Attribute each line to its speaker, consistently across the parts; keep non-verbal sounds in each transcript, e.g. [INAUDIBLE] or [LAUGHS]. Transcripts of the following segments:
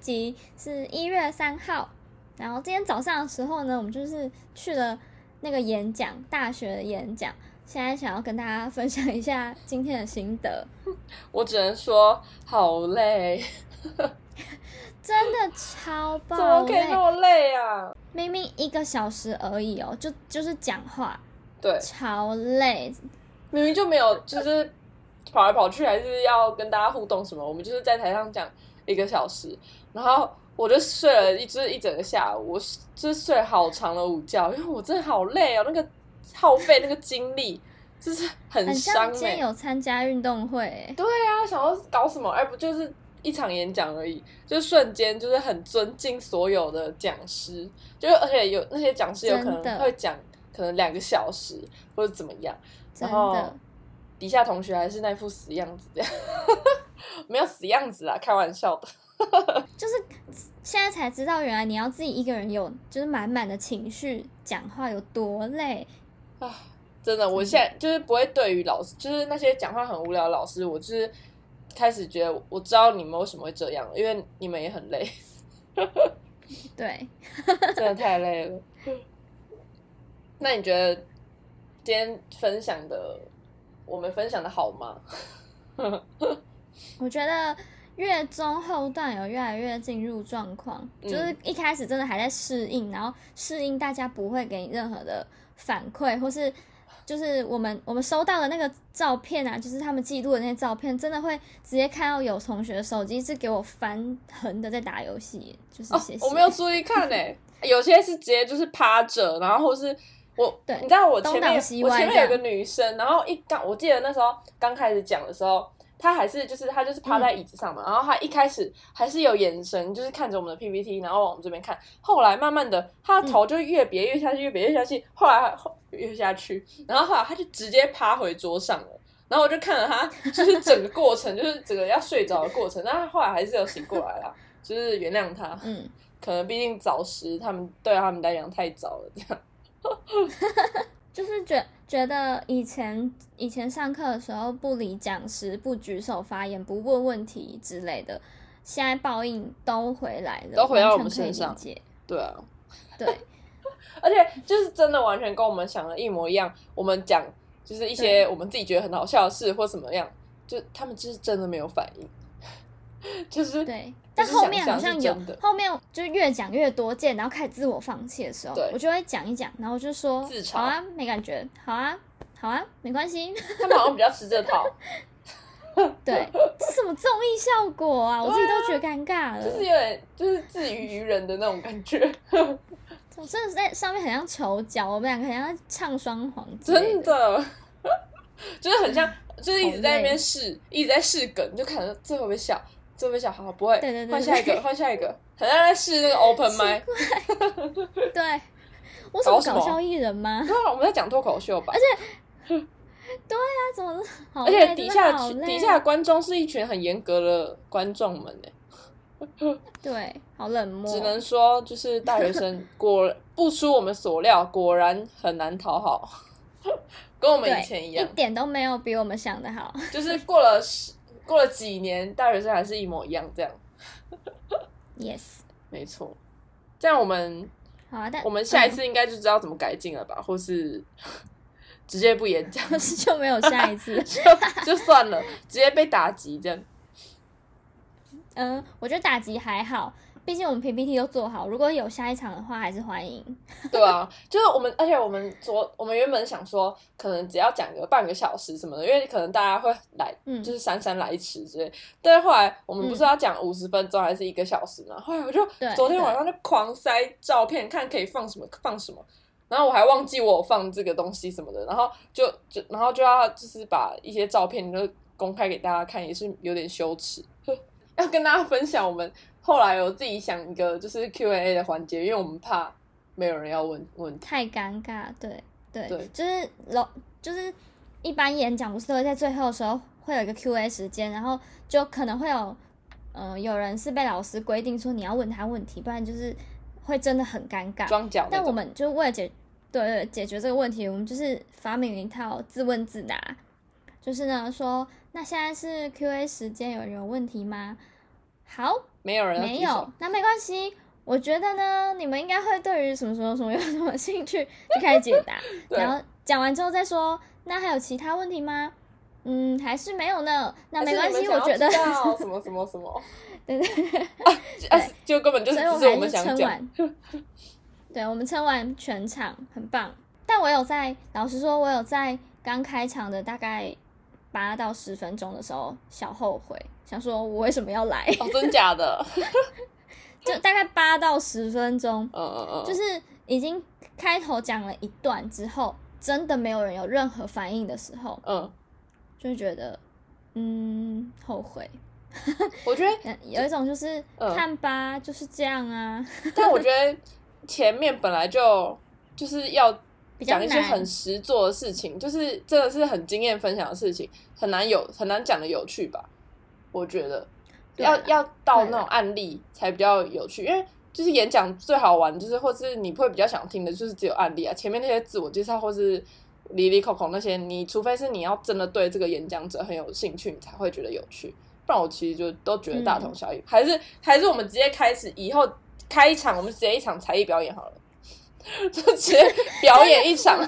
Speaker 1: 集是一月三号，然后今天早上的时候呢，我们就是去了那个演讲，大学的演讲。现在想要跟大家分享一下今天的心得，
Speaker 2: 我只能说好累，
Speaker 1: 真的超
Speaker 2: [GASPS] [LAUGHS] 怎
Speaker 1: 爆
Speaker 2: 么可以
Speaker 1: 累
Speaker 2: 那，么累啊？
Speaker 1: 明明一个小时而已哦，就就是讲话
Speaker 2: 对，
Speaker 1: 超累，
Speaker 2: 明明就没有，就是跑来跑去，还是要跟大家互动什么。我们就是在台上讲一个小时，然后我就睡了一，就是一整个下午，我是就是睡好长的午觉，因为我真的好累哦，那个耗费那个精力，就是很
Speaker 1: 很
Speaker 2: 伤
Speaker 1: 像今
Speaker 2: 哎、
Speaker 1: 天有参加运动会欸，
Speaker 2: 对啊，想要搞什么？哎，不就是一场演讲而已，就瞬间就是很尊敬所有的讲师，就而且有那些讲师有可
Speaker 1: 真
Speaker 2: 能
Speaker 1: 的
Speaker 2: 会讲可能两个小时或者怎么样，
Speaker 1: 真
Speaker 2: 然后
Speaker 1: 的。
Speaker 2: 底下同学还是那副死样子，这样 [LAUGHS] 没有死样子啊，开玩笑的。
Speaker 1: 现在才知道，原来你要自己一个人有就是满满的情绪，讲话有多累。
Speaker 2: 真的，我现在就是不会对于老师，就是那些讲话很无聊的老师，我就是开始觉得我知道你们为什么会这样了，因为你们也很累，
Speaker 1: 对，
Speaker 2: 真的太累了。那你觉得今天分享的，我们分享的好吗？
Speaker 1: 我觉得越中后段有越来越进入状况，
Speaker 2: 嗯
Speaker 1: 就是一开始真的还在适应，然后适应大家不会给你任何的反馈，或是就是我们我们收到的那个照片啊，就是他们记录的那些照片，真的会直接看到有同学手机是给我翻横的在打游戏，就是
Speaker 2: 哦
Speaker 1: 谢谢、，
Speaker 2: 我没有注意看诶、 [LAUGHS] 有些是直接就是趴着，然后或是我，
Speaker 1: 对
Speaker 2: 你知道我前
Speaker 1: 东
Speaker 2: 面
Speaker 1: 倒
Speaker 2: 我
Speaker 1: 西歪
Speaker 2: 前面有
Speaker 1: 这样
Speaker 2: 个女生，然后一刚我记得那时候刚开始讲的时候，她还是就是她就是
Speaker 1: 嗯
Speaker 2: 趴在椅子上嘛，然后她一开始还是有眼神，就是看着我们的 PPT，然后往我们这边看，后来慢慢的她的
Speaker 1: 嗯
Speaker 2: 头就越别越下去，越别越下去，后来后越下去，然后后来她就直接趴回桌上了。然后我就看着她，就是整个过程， [LAUGHS] 就是整个要睡着的过程。但她后来还是有醒过来啦，就是原谅她。
Speaker 1: 嗯。
Speaker 2: 可能毕竟早时，他们对他们来讲太早了，这样。
Speaker 1: 就是觉觉得以前以前上课的时候不理讲师、不举手发言、不问问题之类的，现在报应都回来了，
Speaker 2: 都回到我们
Speaker 1: 完全可以
Speaker 2: 身上
Speaker 1: 理解
Speaker 2: 对啊，
Speaker 1: [LAUGHS] 对，
Speaker 2: 而且就是真的完全跟我们想的一模一样。我们讲就是一些我们自己觉得很好笑的事或怎么样，就他们就是真的没有反应， [LAUGHS] 就是
Speaker 1: 对。
Speaker 2: 不
Speaker 1: 但
Speaker 2: 是
Speaker 1: 后面好
Speaker 2: 想象
Speaker 1: 像
Speaker 2: 是
Speaker 1: 有
Speaker 2: 真的，
Speaker 1: 后面就越讲越多见，然后开始自我放弃的时候
Speaker 2: 对，
Speaker 1: 我就会讲一讲，然后我就说
Speaker 2: 自嘲
Speaker 1: 好啊，没感觉，好啊，好啊，没关系。
Speaker 2: 他们好像比较吃
Speaker 1: [LAUGHS]
Speaker 2: 这套， [LAUGHS]
Speaker 1: 对，这什么综艺效果啊？我自己都觉得尴尬了。
Speaker 2: 啊就是有点就是自娱于人的那种感觉，
Speaker 1: 我真的是在上面很像丑角，我们两个很像在唱双簧之类
Speaker 2: 真
Speaker 1: 的。
Speaker 2: 的， [LAUGHS] 就是很像，就是一直在那
Speaker 1: 好累
Speaker 2: 边试，一直在试梗，就看这会不会笑，这会不会笑，好好不会，
Speaker 1: 对对对
Speaker 2: 换下一个，换下一个， [LAUGHS] 很像在试
Speaker 1: [LAUGHS]
Speaker 2: 那个 open mic。
Speaker 1: 对，我什么
Speaker 2: 搞什么
Speaker 1: 搞笑艺人吗？
Speaker 2: 对啊，我们在讲脱口秀吧，而且
Speaker 1: 他怎么好
Speaker 2: 而
Speaker 1: 累？
Speaker 2: 且底
Speaker 1: 哦
Speaker 2: 下
Speaker 1: 真的好
Speaker 2: 的
Speaker 1: 累啊
Speaker 2: 底下的观众是一群很严格的观众们呢，
Speaker 1: 对，好冷漠，
Speaker 2: 只能说就是大学生果不出我们所料，果然很难讨好， [LAUGHS] 跟我们
Speaker 1: 对 [LAUGHS]
Speaker 2: 以前一
Speaker 1: 一
Speaker 2: 样，
Speaker 1: 点都没有比我们想的好。
Speaker 2: 就是过了十过了几年，大学生还是一模一样这样，
Speaker 1: Yes，
Speaker 2: 没错。这样我们
Speaker 1: [LAUGHS] 好啊，但
Speaker 2: 我们下一次应该就知道怎么改进了吧，或是 [LAUGHS] 直接不演讲
Speaker 1: 可是就没有下一
Speaker 2: [LAUGHS]
Speaker 1: 次。
Speaker 2: 就 [LAUGHS] 就算了，直接被打击这样。
Speaker 1: 嗯，我觉得打击还好，毕竟我们 PPT 都做好。如果有下一场的话，还是欢迎。
Speaker 2: [LAUGHS] 对啊，就是我们，而且我们昨我们原本想说，可能只要讲个半个小时什么的，因为可能大家会来，
Speaker 1: 嗯
Speaker 2: 就是姗姗来迟之类。但是后来我们不是要讲五十分钟还是一个小时嘛？后来我就
Speaker 1: 对
Speaker 2: 昨天晚上就狂塞照片，看可以放什么放什么。然后我还忘记我有放这个东西什么的，然后就就然后就要就是把一些照片就公开给大家看，也是有点羞耻。要跟大家分享，我们后来有自己想一个就是 Q&A 的环节，因为我们怕没有人要问问题。
Speaker 1: 太尴尬，对对
Speaker 2: 对
Speaker 1: 就是楼就是一般演讲不是都会在最后的时候会有一个 Q&A 时间，然后就可能会有嗯、呃有人是被老师规定说你要问他问题，不然就是会真的很尴尬。
Speaker 2: 装脚那
Speaker 1: 但
Speaker 2: 种。
Speaker 1: 我们就为了解对对解决这个问题，我们就是发明一套自问自答，就是呢说那现在是 Q&A 时间，有人有问题吗？好，
Speaker 2: 没有人要
Speaker 1: 没
Speaker 2: 举手
Speaker 1: 有，那没关系。我觉得呢，你们应该会对于什么什么什么 [LAUGHS] 有什么兴趣，就开始解
Speaker 2: [LAUGHS]
Speaker 1: 答。
Speaker 2: 对
Speaker 1: 然后讲完之后再说，那还有其他问题吗？嗯，还是没有呢。那
Speaker 2: 还
Speaker 1: 没
Speaker 2: 是你
Speaker 1: 关
Speaker 2: 们
Speaker 1: 系，
Speaker 2: 想
Speaker 1: 我
Speaker 2: 要
Speaker 1: 觉
Speaker 2: 知
Speaker 1: 得，
Speaker 2: 道什么什么什么，
Speaker 1: [LAUGHS] 对对对，
Speaker 2: [LAUGHS] 啊，就根本就是
Speaker 1: 所以
Speaker 2: 只是我
Speaker 1: 们还
Speaker 2: 们
Speaker 1: 是
Speaker 2: 想
Speaker 1: 撑
Speaker 2: 讲，
Speaker 1: 完。 [LAUGHS] 对，我们撑完全场，很棒。但我有在，老实说，我有在刚开场的大概八到十分钟的时候小后悔，想说我为什么要来？ [LAUGHS]
Speaker 2: 哦，真假的，
Speaker 1: 就大概八到十分钟，
Speaker 2: 嗯嗯嗯，
Speaker 1: 就是已经开头讲了一段之后，真的没有人有任何反应的时候，
Speaker 2: 嗯，
Speaker 1: 就觉得嗯后悔。
Speaker 2: 我觉得，
Speaker 1: 嗯有一种就是、
Speaker 2: 嗯
Speaker 1: 看吧，就是这样啊， [LAUGHS]
Speaker 2: 但我觉得前面本来就就是要。
Speaker 1: 比较
Speaker 2: 讲一些
Speaker 1: 难。
Speaker 2: 很实做的事情，就是真的是很经验分享的事情，很难有很难讲的有趣吧？我觉得
Speaker 1: 对
Speaker 2: 要
Speaker 1: 啦
Speaker 2: 要到
Speaker 1: 对啊
Speaker 2: 那
Speaker 1: 啦
Speaker 2: 种案例才比较有趣，因为就是演讲最好玩，就是或是你会比较想听的，就是只有案例啊。前面那些自我介绍或是离离口口那些，你除非是你要真的对这个演讲者很有兴趣，你才会觉得有趣。不然我其实就都觉得大同小异，还是还是我们直接开始以后开一场，我们直接一场才艺表演好了， [LAUGHS] 就直接表演一场。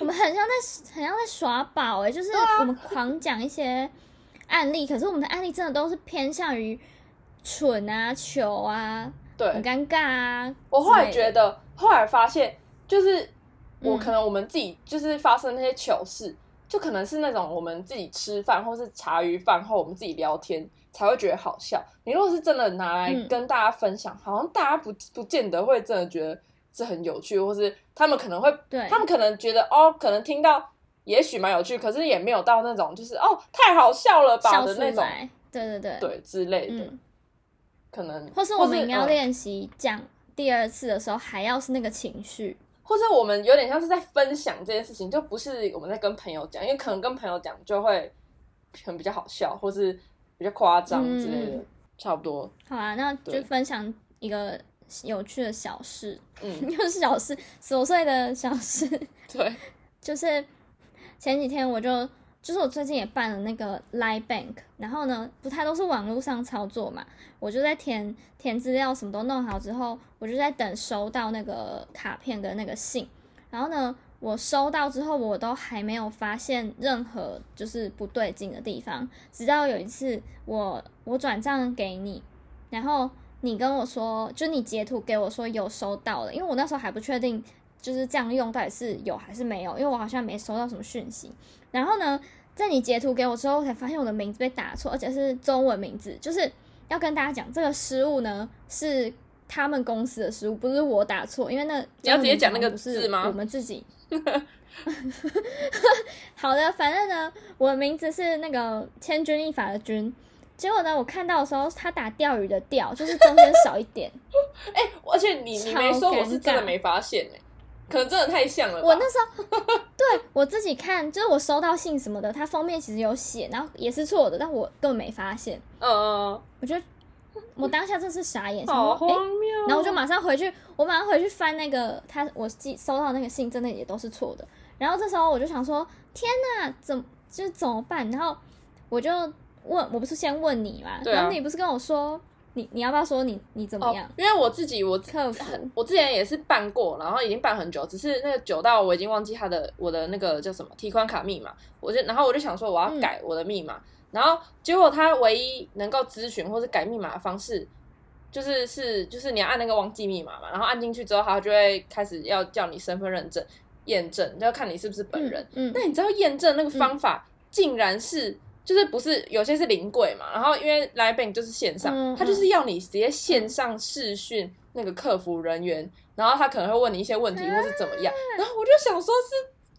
Speaker 1: 我们很像在很像在耍宝哎、就是
Speaker 2: 啊
Speaker 1: 我们狂讲一些案例，可是我们的案例真的都是偏向于蠢啊、糗啊、很
Speaker 2: 对，
Speaker 1: 尴尬啊。
Speaker 2: 我后来
Speaker 1: 之类
Speaker 2: 觉
Speaker 1: 的
Speaker 2: 得，后来发现，就是我
Speaker 1: 嗯
Speaker 2: 可能我们自己就是发生那些糗事，就可能是那种我们自己吃饭或是茶余饭后我们自己聊天才会觉得好笑。你如果是真的拿来
Speaker 1: 嗯
Speaker 2: 跟大家分享，好像大家不不见得会真的觉得这很有趣，或是他们可能会
Speaker 1: 对
Speaker 2: 他们可能觉得哦，可能听到也许蛮有趣，可是也没有到那种就是哦太好笑了吧
Speaker 1: 笑
Speaker 2: 的
Speaker 1: 出
Speaker 2: 那种，
Speaker 1: 来，对对对，
Speaker 2: 对之类的，
Speaker 1: 嗯，
Speaker 2: 可能
Speaker 1: 或是我呃们应该要
Speaker 2: 嗯
Speaker 1: 练习讲第二次的时候，还要是那个情绪，
Speaker 2: 或者我们有点像是在分享这件事情，就不是我们在跟朋友讲，因为可能跟朋友讲就会可能比较好笑，或是比较夸张之类的，
Speaker 1: 嗯
Speaker 2: 差不多。
Speaker 1: 好啊，那
Speaker 2: 对
Speaker 1: 就分享一个有趣的小事， [LAUGHS]
Speaker 2: 嗯，
Speaker 1: 又是小事，琐碎的小事， [LAUGHS]
Speaker 2: 对，
Speaker 1: 就是前几天我就，就是我最近也办了那个 Line Bank，然后呢，不它都是网络上操作嘛，我就在填填资料，什么都弄好之后，我就在等收到那个卡片跟那个信，然后呢，我收到之后，我都还没有发现任何就是不对劲的地方，直到有一次我我转账给你，然后你跟我说，就你截图给我说有收到了，因为我那时候还不确定，就是这样用到底是有还是没有，因为我好像没收到什么讯息。然后呢，在你截图给我之后，我才发现我的名字被打错，而且是中文名字，就是要跟大家讲这个失误呢是。他们公司的失误不是我打错，因为那
Speaker 2: 你要直接讲那
Speaker 1: 中文名字
Speaker 2: 个
Speaker 1: 好像不是
Speaker 2: 字吗
Speaker 1: 我们自己。 [LAUGHS] 好的，反正呢，我的名字是那个千钧一发的钧，结果呢，我看到的时候，他打钓鱼的钓，就是中间少一
Speaker 2: [LAUGHS]
Speaker 1: 点。
Speaker 2: 哎、而且你你没说，
Speaker 1: 超尴尬
Speaker 2: 我是真的没发现哎、可能真的太像了吧。
Speaker 1: 我那时候，对我自己看，就是我收到信什么的，它封面其实有写，然后也是错的，但我根本没发现。
Speaker 2: 嗯嗯，
Speaker 1: 我觉得我当下真是傻眼，
Speaker 2: 嗯
Speaker 1: 想
Speaker 2: 好
Speaker 1: 说，
Speaker 2: 荒
Speaker 1: 哎、
Speaker 2: 谬、
Speaker 1: 然后我就马上回去，我马上回去翻那个他我寄收到那个信，真的也都是错的。然后这时候我就想说，天哪，怎么就是怎么办？然后我就问，我不是先问你嘛，
Speaker 2: 对啊
Speaker 1: 然后你不是跟我说，你你要不要说你你怎么样？
Speaker 2: 哦，因为我自己我
Speaker 1: 客服
Speaker 2: 我之前也是办过，然后已经办很久，只是那个久到我已经忘记他的我的那个叫什么提款卡密码，我就然后我就想说我要
Speaker 1: 嗯
Speaker 2: 改我的密码，然后结果他唯一能够咨询或是改密码的方式，就是是就是你要按那个忘记密码嘛，然后按进去之后，他就会开始要叫你身份认证验证，就要看你是不是本人。
Speaker 1: 嗯，
Speaker 2: 那你知道验证那个方法，竟然是就是不是有些是临柜嘛，然后因为 Line Bank 就是线上，
Speaker 1: 嗯
Speaker 2: 他就是要你直接线上视讯那个客服人员，然后他可能会问你一些问题
Speaker 1: 啊
Speaker 2: 或是怎么样，然后我就想说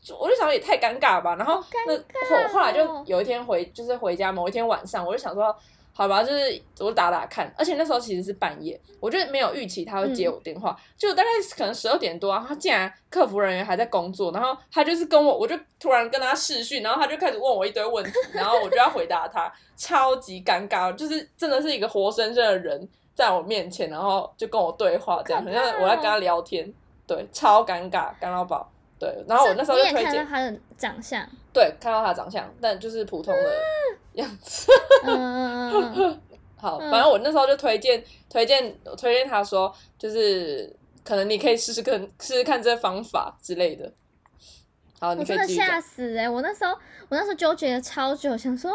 Speaker 2: 是，我就想也太尴尬吧，然后那
Speaker 1: 尬
Speaker 2: 后后来就
Speaker 1: 哦
Speaker 2: 有一天回就是回家某一天晚上，我就想说。好吧，就是我打打看，而且那时候其实是半夜，我就没有预期他会
Speaker 1: 嗯
Speaker 2: 接我电话，就大概可能十二点多啊，他竟然客服人员还在工作，然后他就是跟我，我就突然跟他视讯，然后他就开始问我一堆问题，然后我就要回答他，超级尴尬，就是真的是一个活生生的人在我面前，然后就跟我对话，这样
Speaker 1: 可
Speaker 2: 很
Speaker 1: 怕哦
Speaker 2: 像我在跟他聊天，对，超尴尬，尴到爆，对，然后我那时候就
Speaker 1: 你也
Speaker 2: 推
Speaker 1: 看到
Speaker 2: 荐，
Speaker 1: 他的长
Speaker 2: [LAUGHS]
Speaker 1: 相，
Speaker 2: 对，看到他的长相，但就是普通的样子，
Speaker 1: 嗯嗯嗯嗯嗯，
Speaker 2: 好，
Speaker 1: 嗯
Speaker 2: 反正我那时候就推荐推荐我推荐他说，就是可能你可以试试看试试看这个方法之类的。好，
Speaker 1: 我
Speaker 2: 你可
Speaker 1: 真
Speaker 2: 以
Speaker 1: 的
Speaker 2: 自己讲
Speaker 1: 吓。死哎、我那时候我那时候纠结了超久，想说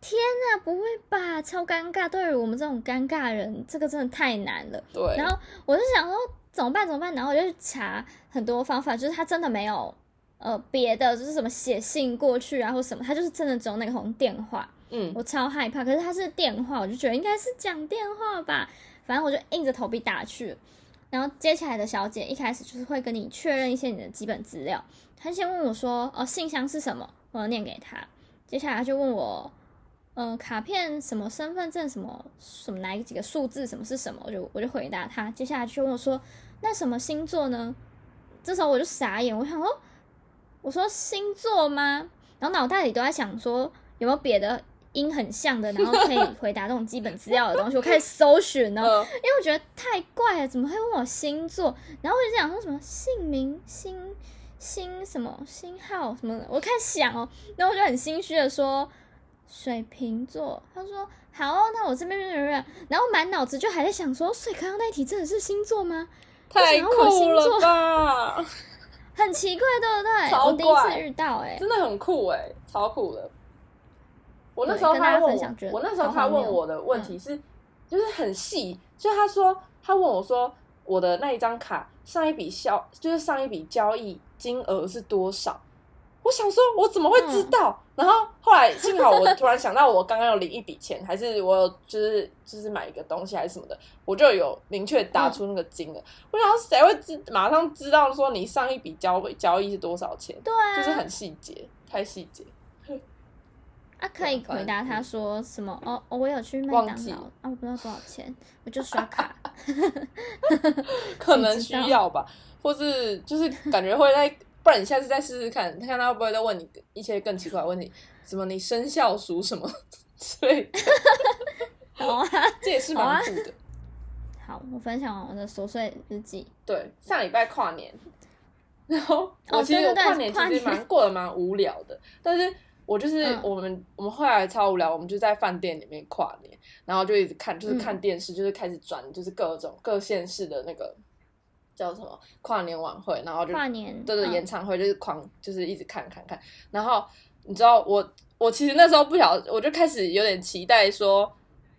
Speaker 1: 天呐，不会吧，超尴尬。对于我们这种尴尬人，这个真的太难了。
Speaker 2: 对，
Speaker 1: 然后我就想说怎么办怎么办，然后我就去查很多方法，就是他真的没有呃别的，就是什么写信过去啊或什么，他就是真的只有那个红电话。
Speaker 2: 嗯，
Speaker 1: 我超害怕，可是他是电话，我就觉得应该是讲电话吧，反正我就硬着头皮打去。然后接起来的小姐一开始就是会跟你确认一些你的基本资料，她先问我说：“哦，信箱是什么？”我要念给她。接下来她就问我：“嗯、卡片什么？身份证什么？什么哪几个数字？什么是什么？”我就我就回答她。接下来就问我说：“那什么星座呢？”这时候我就傻眼，我想说：“我说星座吗？”然后脑袋里都在想说有没有别的音很像的，然后可以回答这种基本资料的东西。我开始搜寻哦，
Speaker 2: 呃，
Speaker 1: 因为我觉得太怪了，怎么会问我星座？然后我就想说什么姓名、星星什么星号什么的，我开始想哦， [LAUGHS] 然后我就很心虚的说水瓶座，他说好、哦，那我这边然后满脑子就还在想说，所以刚刚那一题真的是星座吗？
Speaker 2: 太
Speaker 1: 我想要我
Speaker 2: 酷
Speaker 1: 星
Speaker 2: 了
Speaker 1: 座
Speaker 2: 吧！
Speaker 1: 很奇怪，对不对？
Speaker 2: 超
Speaker 1: 我第一
Speaker 2: 怪
Speaker 1: 次遇到、欸，哎，
Speaker 2: 真的很酷哎、超酷的。我那
Speaker 1: 对
Speaker 2: 时候
Speaker 1: 跟
Speaker 2: 他
Speaker 1: 大家
Speaker 2: 问
Speaker 1: 分
Speaker 2: 我
Speaker 1: 享觉，得
Speaker 2: 我那时候
Speaker 1: 好
Speaker 2: 他
Speaker 1: 荒
Speaker 2: 问
Speaker 1: 谬
Speaker 2: 我的问题是，就是很细，就他说他问我说我的那一张卡上一笔销就是上一笔交易金额是多少？我想说，我怎么会知
Speaker 1: 嗯
Speaker 2: 道？然后后来幸好我突然想到，我刚刚有领一笔钱，还是我有就是就是买一个东西还是什么的，我就有明确打出那个金
Speaker 1: 嗯
Speaker 2: 额。我想说谁会知马上知道说你上一笔交交易是多少钱？
Speaker 1: 对啊，
Speaker 2: 就是很细节，太细节。
Speaker 1: 啊，可以回答他说什么？哦，哦我有去麦
Speaker 2: 嗯忘
Speaker 1: 当
Speaker 2: 记
Speaker 1: 劳啊，我不知道多少钱，我就刷
Speaker 2: [LAUGHS]
Speaker 1: 卡。
Speaker 2: 可能需要吧，或是就是感觉会在，不然你下次再试试看，看他会不会再问你一些更奇怪的问题，什么你生肖属什么 [LAUGHS] 之类的，
Speaker 1: 好啊，
Speaker 2: 这也是
Speaker 1: 好啊
Speaker 2: 蛮酷的。
Speaker 1: 好，我分享完我的琐碎日记。
Speaker 2: 对，上礼拜跨年， [LAUGHS] 然后
Speaker 1: 哦
Speaker 2: 我其
Speaker 1: 对
Speaker 2: 实
Speaker 1: 对
Speaker 2: 我
Speaker 1: 对
Speaker 2: 跨年其
Speaker 1: 跨
Speaker 2: 实
Speaker 1: 年
Speaker 2: 蛮过得蛮无聊的，但是我就是
Speaker 1: 嗯
Speaker 2: 我们、我们后来超无聊，我们就在饭店里面跨年，然后就一直看，
Speaker 1: 嗯
Speaker 2: 就是看电视，就是开始转，就是各种各县市的那个叫什么跨年晚会，然后就
Speaker 1: 跨年，
Speaker 2: 对对，
Speaker 1: 嗯
Speaker 2: 演唱会就是狂，就是一直看看看。然后你知道我，我其实那时候不晓，我就开始有点期待说，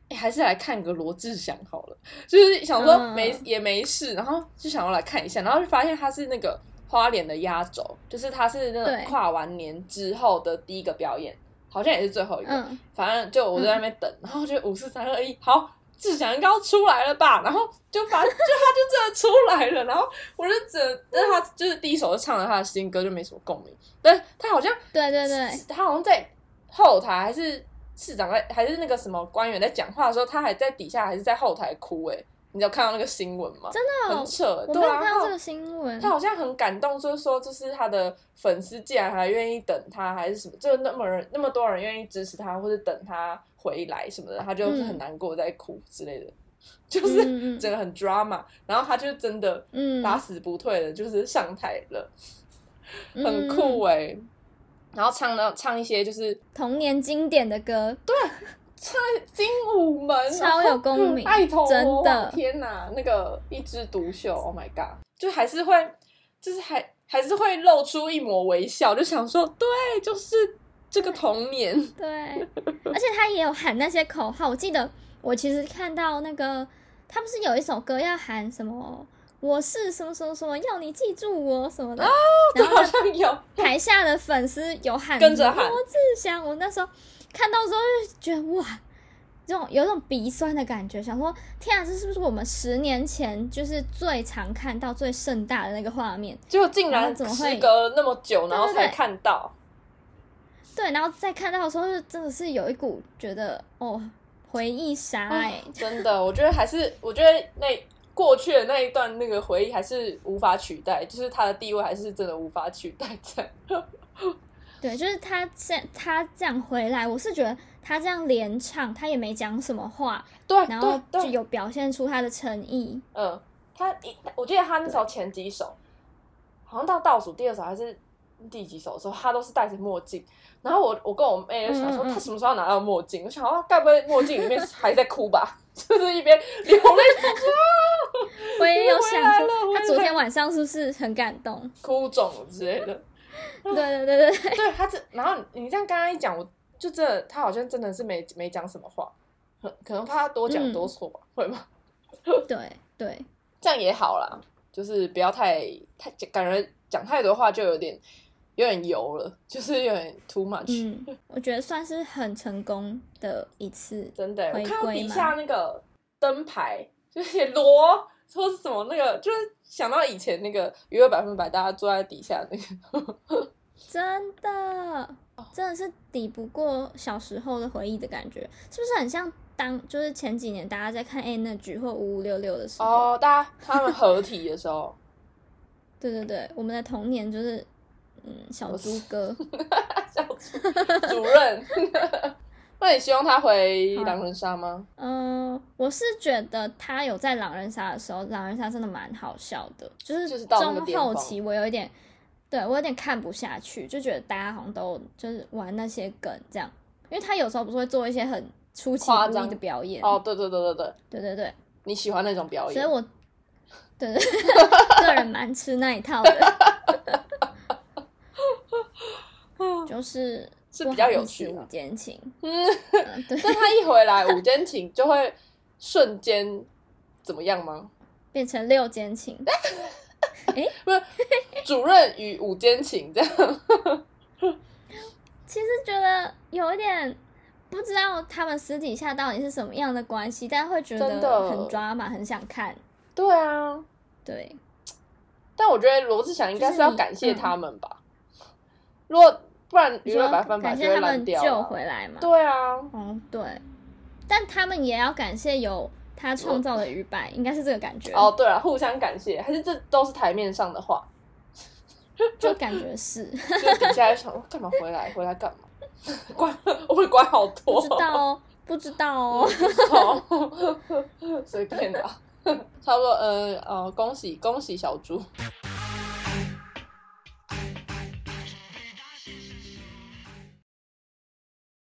Speaker 2: 哎，还是来看个罗志祥好了，就是想说
Speaker 1: 嗯
Speaker 2: 没、也没事，然后就想要来看一下，然后就发现他是那个花莲的压轴，就是他是那
Speaker 1: 对
Speaker 2: 种跨完年之后的第一个表演，好像也是最后一个。
Speaker 1: 嗯，
Speaker 2: 反正就我就在那边等，然后就五四三二一，好，志祥应该要出来了吧？然后就把就他就真的出来了，然后我就只能，但是他就是第一首就唱了他的新歌，就没什么共鸣。但是他好像
Speaker 1: 对对对，
Speaker 2: 他好像在后台还是市长在还是那个什么官员在讲话的时候，他还在底下还是在后台哭哎、你有看到那个新闻吗？真
Speaker 1: 的哦
Speaker 2: 很扯，
Speaker 1: 我没
Speaker 2: 对
Speaker 1: 有
Speaker 2: 啊，
Speaker 1: 看到
Speaker 2: 他
Speaker 1: 这个新闻
Speaker 2: 他。好像很感动，就是说，就是他的粉丝竟然还愿意等他，还是什么，就那么人那么多人愿意支持他，或者等他回来什么的，他就是很难过在哭之类的， [LAUGHS] 就是
Speaker 1: 嗯嗯
Speaker 2: 整个很 drama。然后他就真的
Speaker 1: 嗯，
Speaker 2: 打死不退的，就是上台了，
Speaker 1: 嗯
Speaker 2: 很酷。哎、然后唱了唱一些就是
Speaker 1: 童年经典的歌，对，
Speaker 2: 精武门，
Speaker 1: 超有共鸣
Speaker 2: 然后爱头
Speaker 1: 真的
Speaker 2: 天哪，那个一枝独秀，Oh my god，就还是会，就是还还是会露出一抹微笑，就想说，对，就是这个
Speaker 1: [LAUGHS]
Speaker 2: 童年，
Speaker 1: 对，而且他也有喊那些口号。我记得我其实看到那个，他不是有一首歌要喊什么？我是什么什么什么，要你记住我什么的。
Speaker 2: 这
Speaker 1: 然后
Speaker 2: 好
Speaker 1: 他
Speaker 2: 像有，
Speaker 1: 台下的粉丝有喊
Speaker 2: 啊跟着喊
Speaker 1: 罗志祥，我那时候看到之后就觉得哇，这种有一种鼻酸的感觉，想说天啊，这是不是我们十年前就是最常看到最盛大的那个画面？
Speaker 2: 就竟
Speaker 1: 然
Speaker 2: 然
Speaker 1: 后啊怎么会
Speaker 2: 时隔那么久，
Speaker 1: 对
Speaker 2: 然后才
Speaker 1: 对
Speaker 2: 看到，
Speaker 1: 对，然后再看到的时候，就真的是有一股觉得哦，回忆杀哎、
Speaker 2: 啊真的，我觉得还是，我觉得那。过去的那一段那个回忆还是无法取代，就是他的地位还是真的无法取代这样
Speaker 1: 对，就是他现他这样回来，我是觉得他这样连唱，他也没讲什么话，
Speaker 2: 对，
Speaker 1: 然后
Speaker 2: 哦对
Speaker 1: 就
Speaker 2: 对
Speaker 1: 有表现出他的诚意。
Speaker 2: 嗯，他一，我记得他那时候前几首，好像到倒数第二首还是第几首的时候，他都是戴着墨镜。然后我我跟我妹就想说，
Speaker 1: 嗯嗯嗯
Speaker 2: 他什么时候要拿到墨镜？我想说，该不会墨镜里面还在哭吧？ [LAUGHS] 就是一边流泪
Speaker 1: 我也有
Speaker 2: [LAUGHS] 回
Speaker 1: 想
Speaker 2: 来
Speaker 1: 说
Speaker 2: 了回，
Speaker 1: 他昨天晚上是不是很感
Speaker 2: [LAUGHS]
Speaker 1: 动？
Speaker 2: 哭肿之类的。
Speaker 1: 对对对对，
Speaker 2: 对他这，然后你这样刚刚一讲，我就真的他好像真的是没没讲什么话，可可能怕他多讲
Speaker 1: 嗯
Speaker 2: 多错吧，会吗？
Speaker 1: 对
Speaker 2: [LAUGHS]
Speaker 1: 对，
Speaker 2: 这样也好啦，就是不要太太感觉讲太多话就有点有点油了，就是有点 too much。
Speaker 1: 嗯，我觉得算是很成功的一次。
Speaker 2: 真的欸，我
Speaker 1: 回
Speaker 2: 看到
Speaker 1: 归
Speaker 2: 底
Speaker 1: 吗
Speaker 2: 下那个灯牌就是写罗，说是什么那个，就是想到以前那个娱乐百分百，大家坐在底下那个。
Speaker 1: 真的，真的是抵不过小时候的回忆的感觉，是不是很像当就是前几年大家在看 Energy 或五五六六的时候？
Speaker 2: 哦，大家他们合体的
Speaker 1: [LAUGHS]
Speaker 2: 时候，
Speaker 1: 对对对，我们的童年就是
Speaker 2: [LAUGHS]
Speaker 1: 嗯小猪哥，
Speaker 2: 小主主任， [LAUGHS] 那你希望他回狼人杀吗？
Speaker 1: 嗯、我是觉得他有在狼人杀的时候，狼人杀真的蛮好笑的，就是
Speaker 2: 就是到那个
Speaker 1: 中
Speaker 2: 巅
Speaker 1: 后
Speaker 2: 峰
Speaker 1: 期我有一点，对我有点看不下去，就觉得大家好像都就是玩那些梗这样，因为他有时候不是会做一些很出其
Speaker 2: 夸
Speaker 1: 不
Speaker 2: 张
Speaker 1: 意的表演，
Speaker 2: 哦，对对对对对，
Speaker 1: 对对对，
Speaker 2: 你喜欢那种表
Speaker 1: 嗯所以
Speaker 2: 演？
Speaker 1: 我 [LAUGHS] 对 [LAUGHS] 对个人蛮吃那一套
Speaker 2: [LAUGHS]
Speaker 1: 的，就是
Speaker 2: 是
Speaker 1: 不
Speaker 2: 比较
Speaker 1: 好
Speaker 2: 有
Speaker 1: 意
Speaker 2: 趣
Speaker 1: 思
Speaker 2: 啦
Speaker 1: 五间
Speaker 2: [LAUGHS]
Speaker 1: 情，
Speaker 2: 嗯，
Speaker 1: 嗯对，
Speaker 2: 但他一回来，五间情就会瞬间怎么样吗？
Speaker 1: 变成六间情，
Speaker 2: 不是，主任与五间情这样，
Speaker 1: 其实觉得有一点不知道他们私底下到底是什么样的关系，但会觉
Speaker 2: 真的
Speaker 1: 得很抓马，很想看。
Speaker 2: [LAUGHS] 对啊，
Speaker 1: 对，
Speaker 2: 但我觉得罗志祥应该
Speaker 1: 就是
Speaker 2: 是要
Speaker 1: 你
Speaker 2: 感谢
Speaker 1: 嗯
Speaker 2: 他们吧，如果不然
Speaker 1: 你
Speaker 2: 娱乐
Speaker 1: 说
Speaker 2: 百分百
Speaker 1: 感
Speaker 2: 就
Speaker 1: 谢
Speaker 2: 会
Speaker 1: 他
Speaker 2: 烂
Speaker 1: 们
Speaker 2: 掉
Speaker 1: 救
Speaker 2: 了。
Speaker 1: 回来嘛？
Speaker 2: 对啊，
Speaker 1: 哦，对，但他们也要感谢有他创造的愉百，应该是这个感觉。
Speaker 2: 哦，对了，互相感谢，还是这都是台面上的 [LAUGHS] 话，
Speaker 1: 就感觉是
Speaker 2: 就是底下在想说干嘛回来，回来干嘛？ [LAUGHS] 管我们管好
Speaker 1: 不
Speaker 2: 多
Speaker 1: 知，
Speaker 2: [LAUGHS]
Speaker 1: 道哦，不知道哦。
Speaker 2: [LAUGHS] 好哦随便啦。差不多，呃，哦，恭喜恭喜小猪，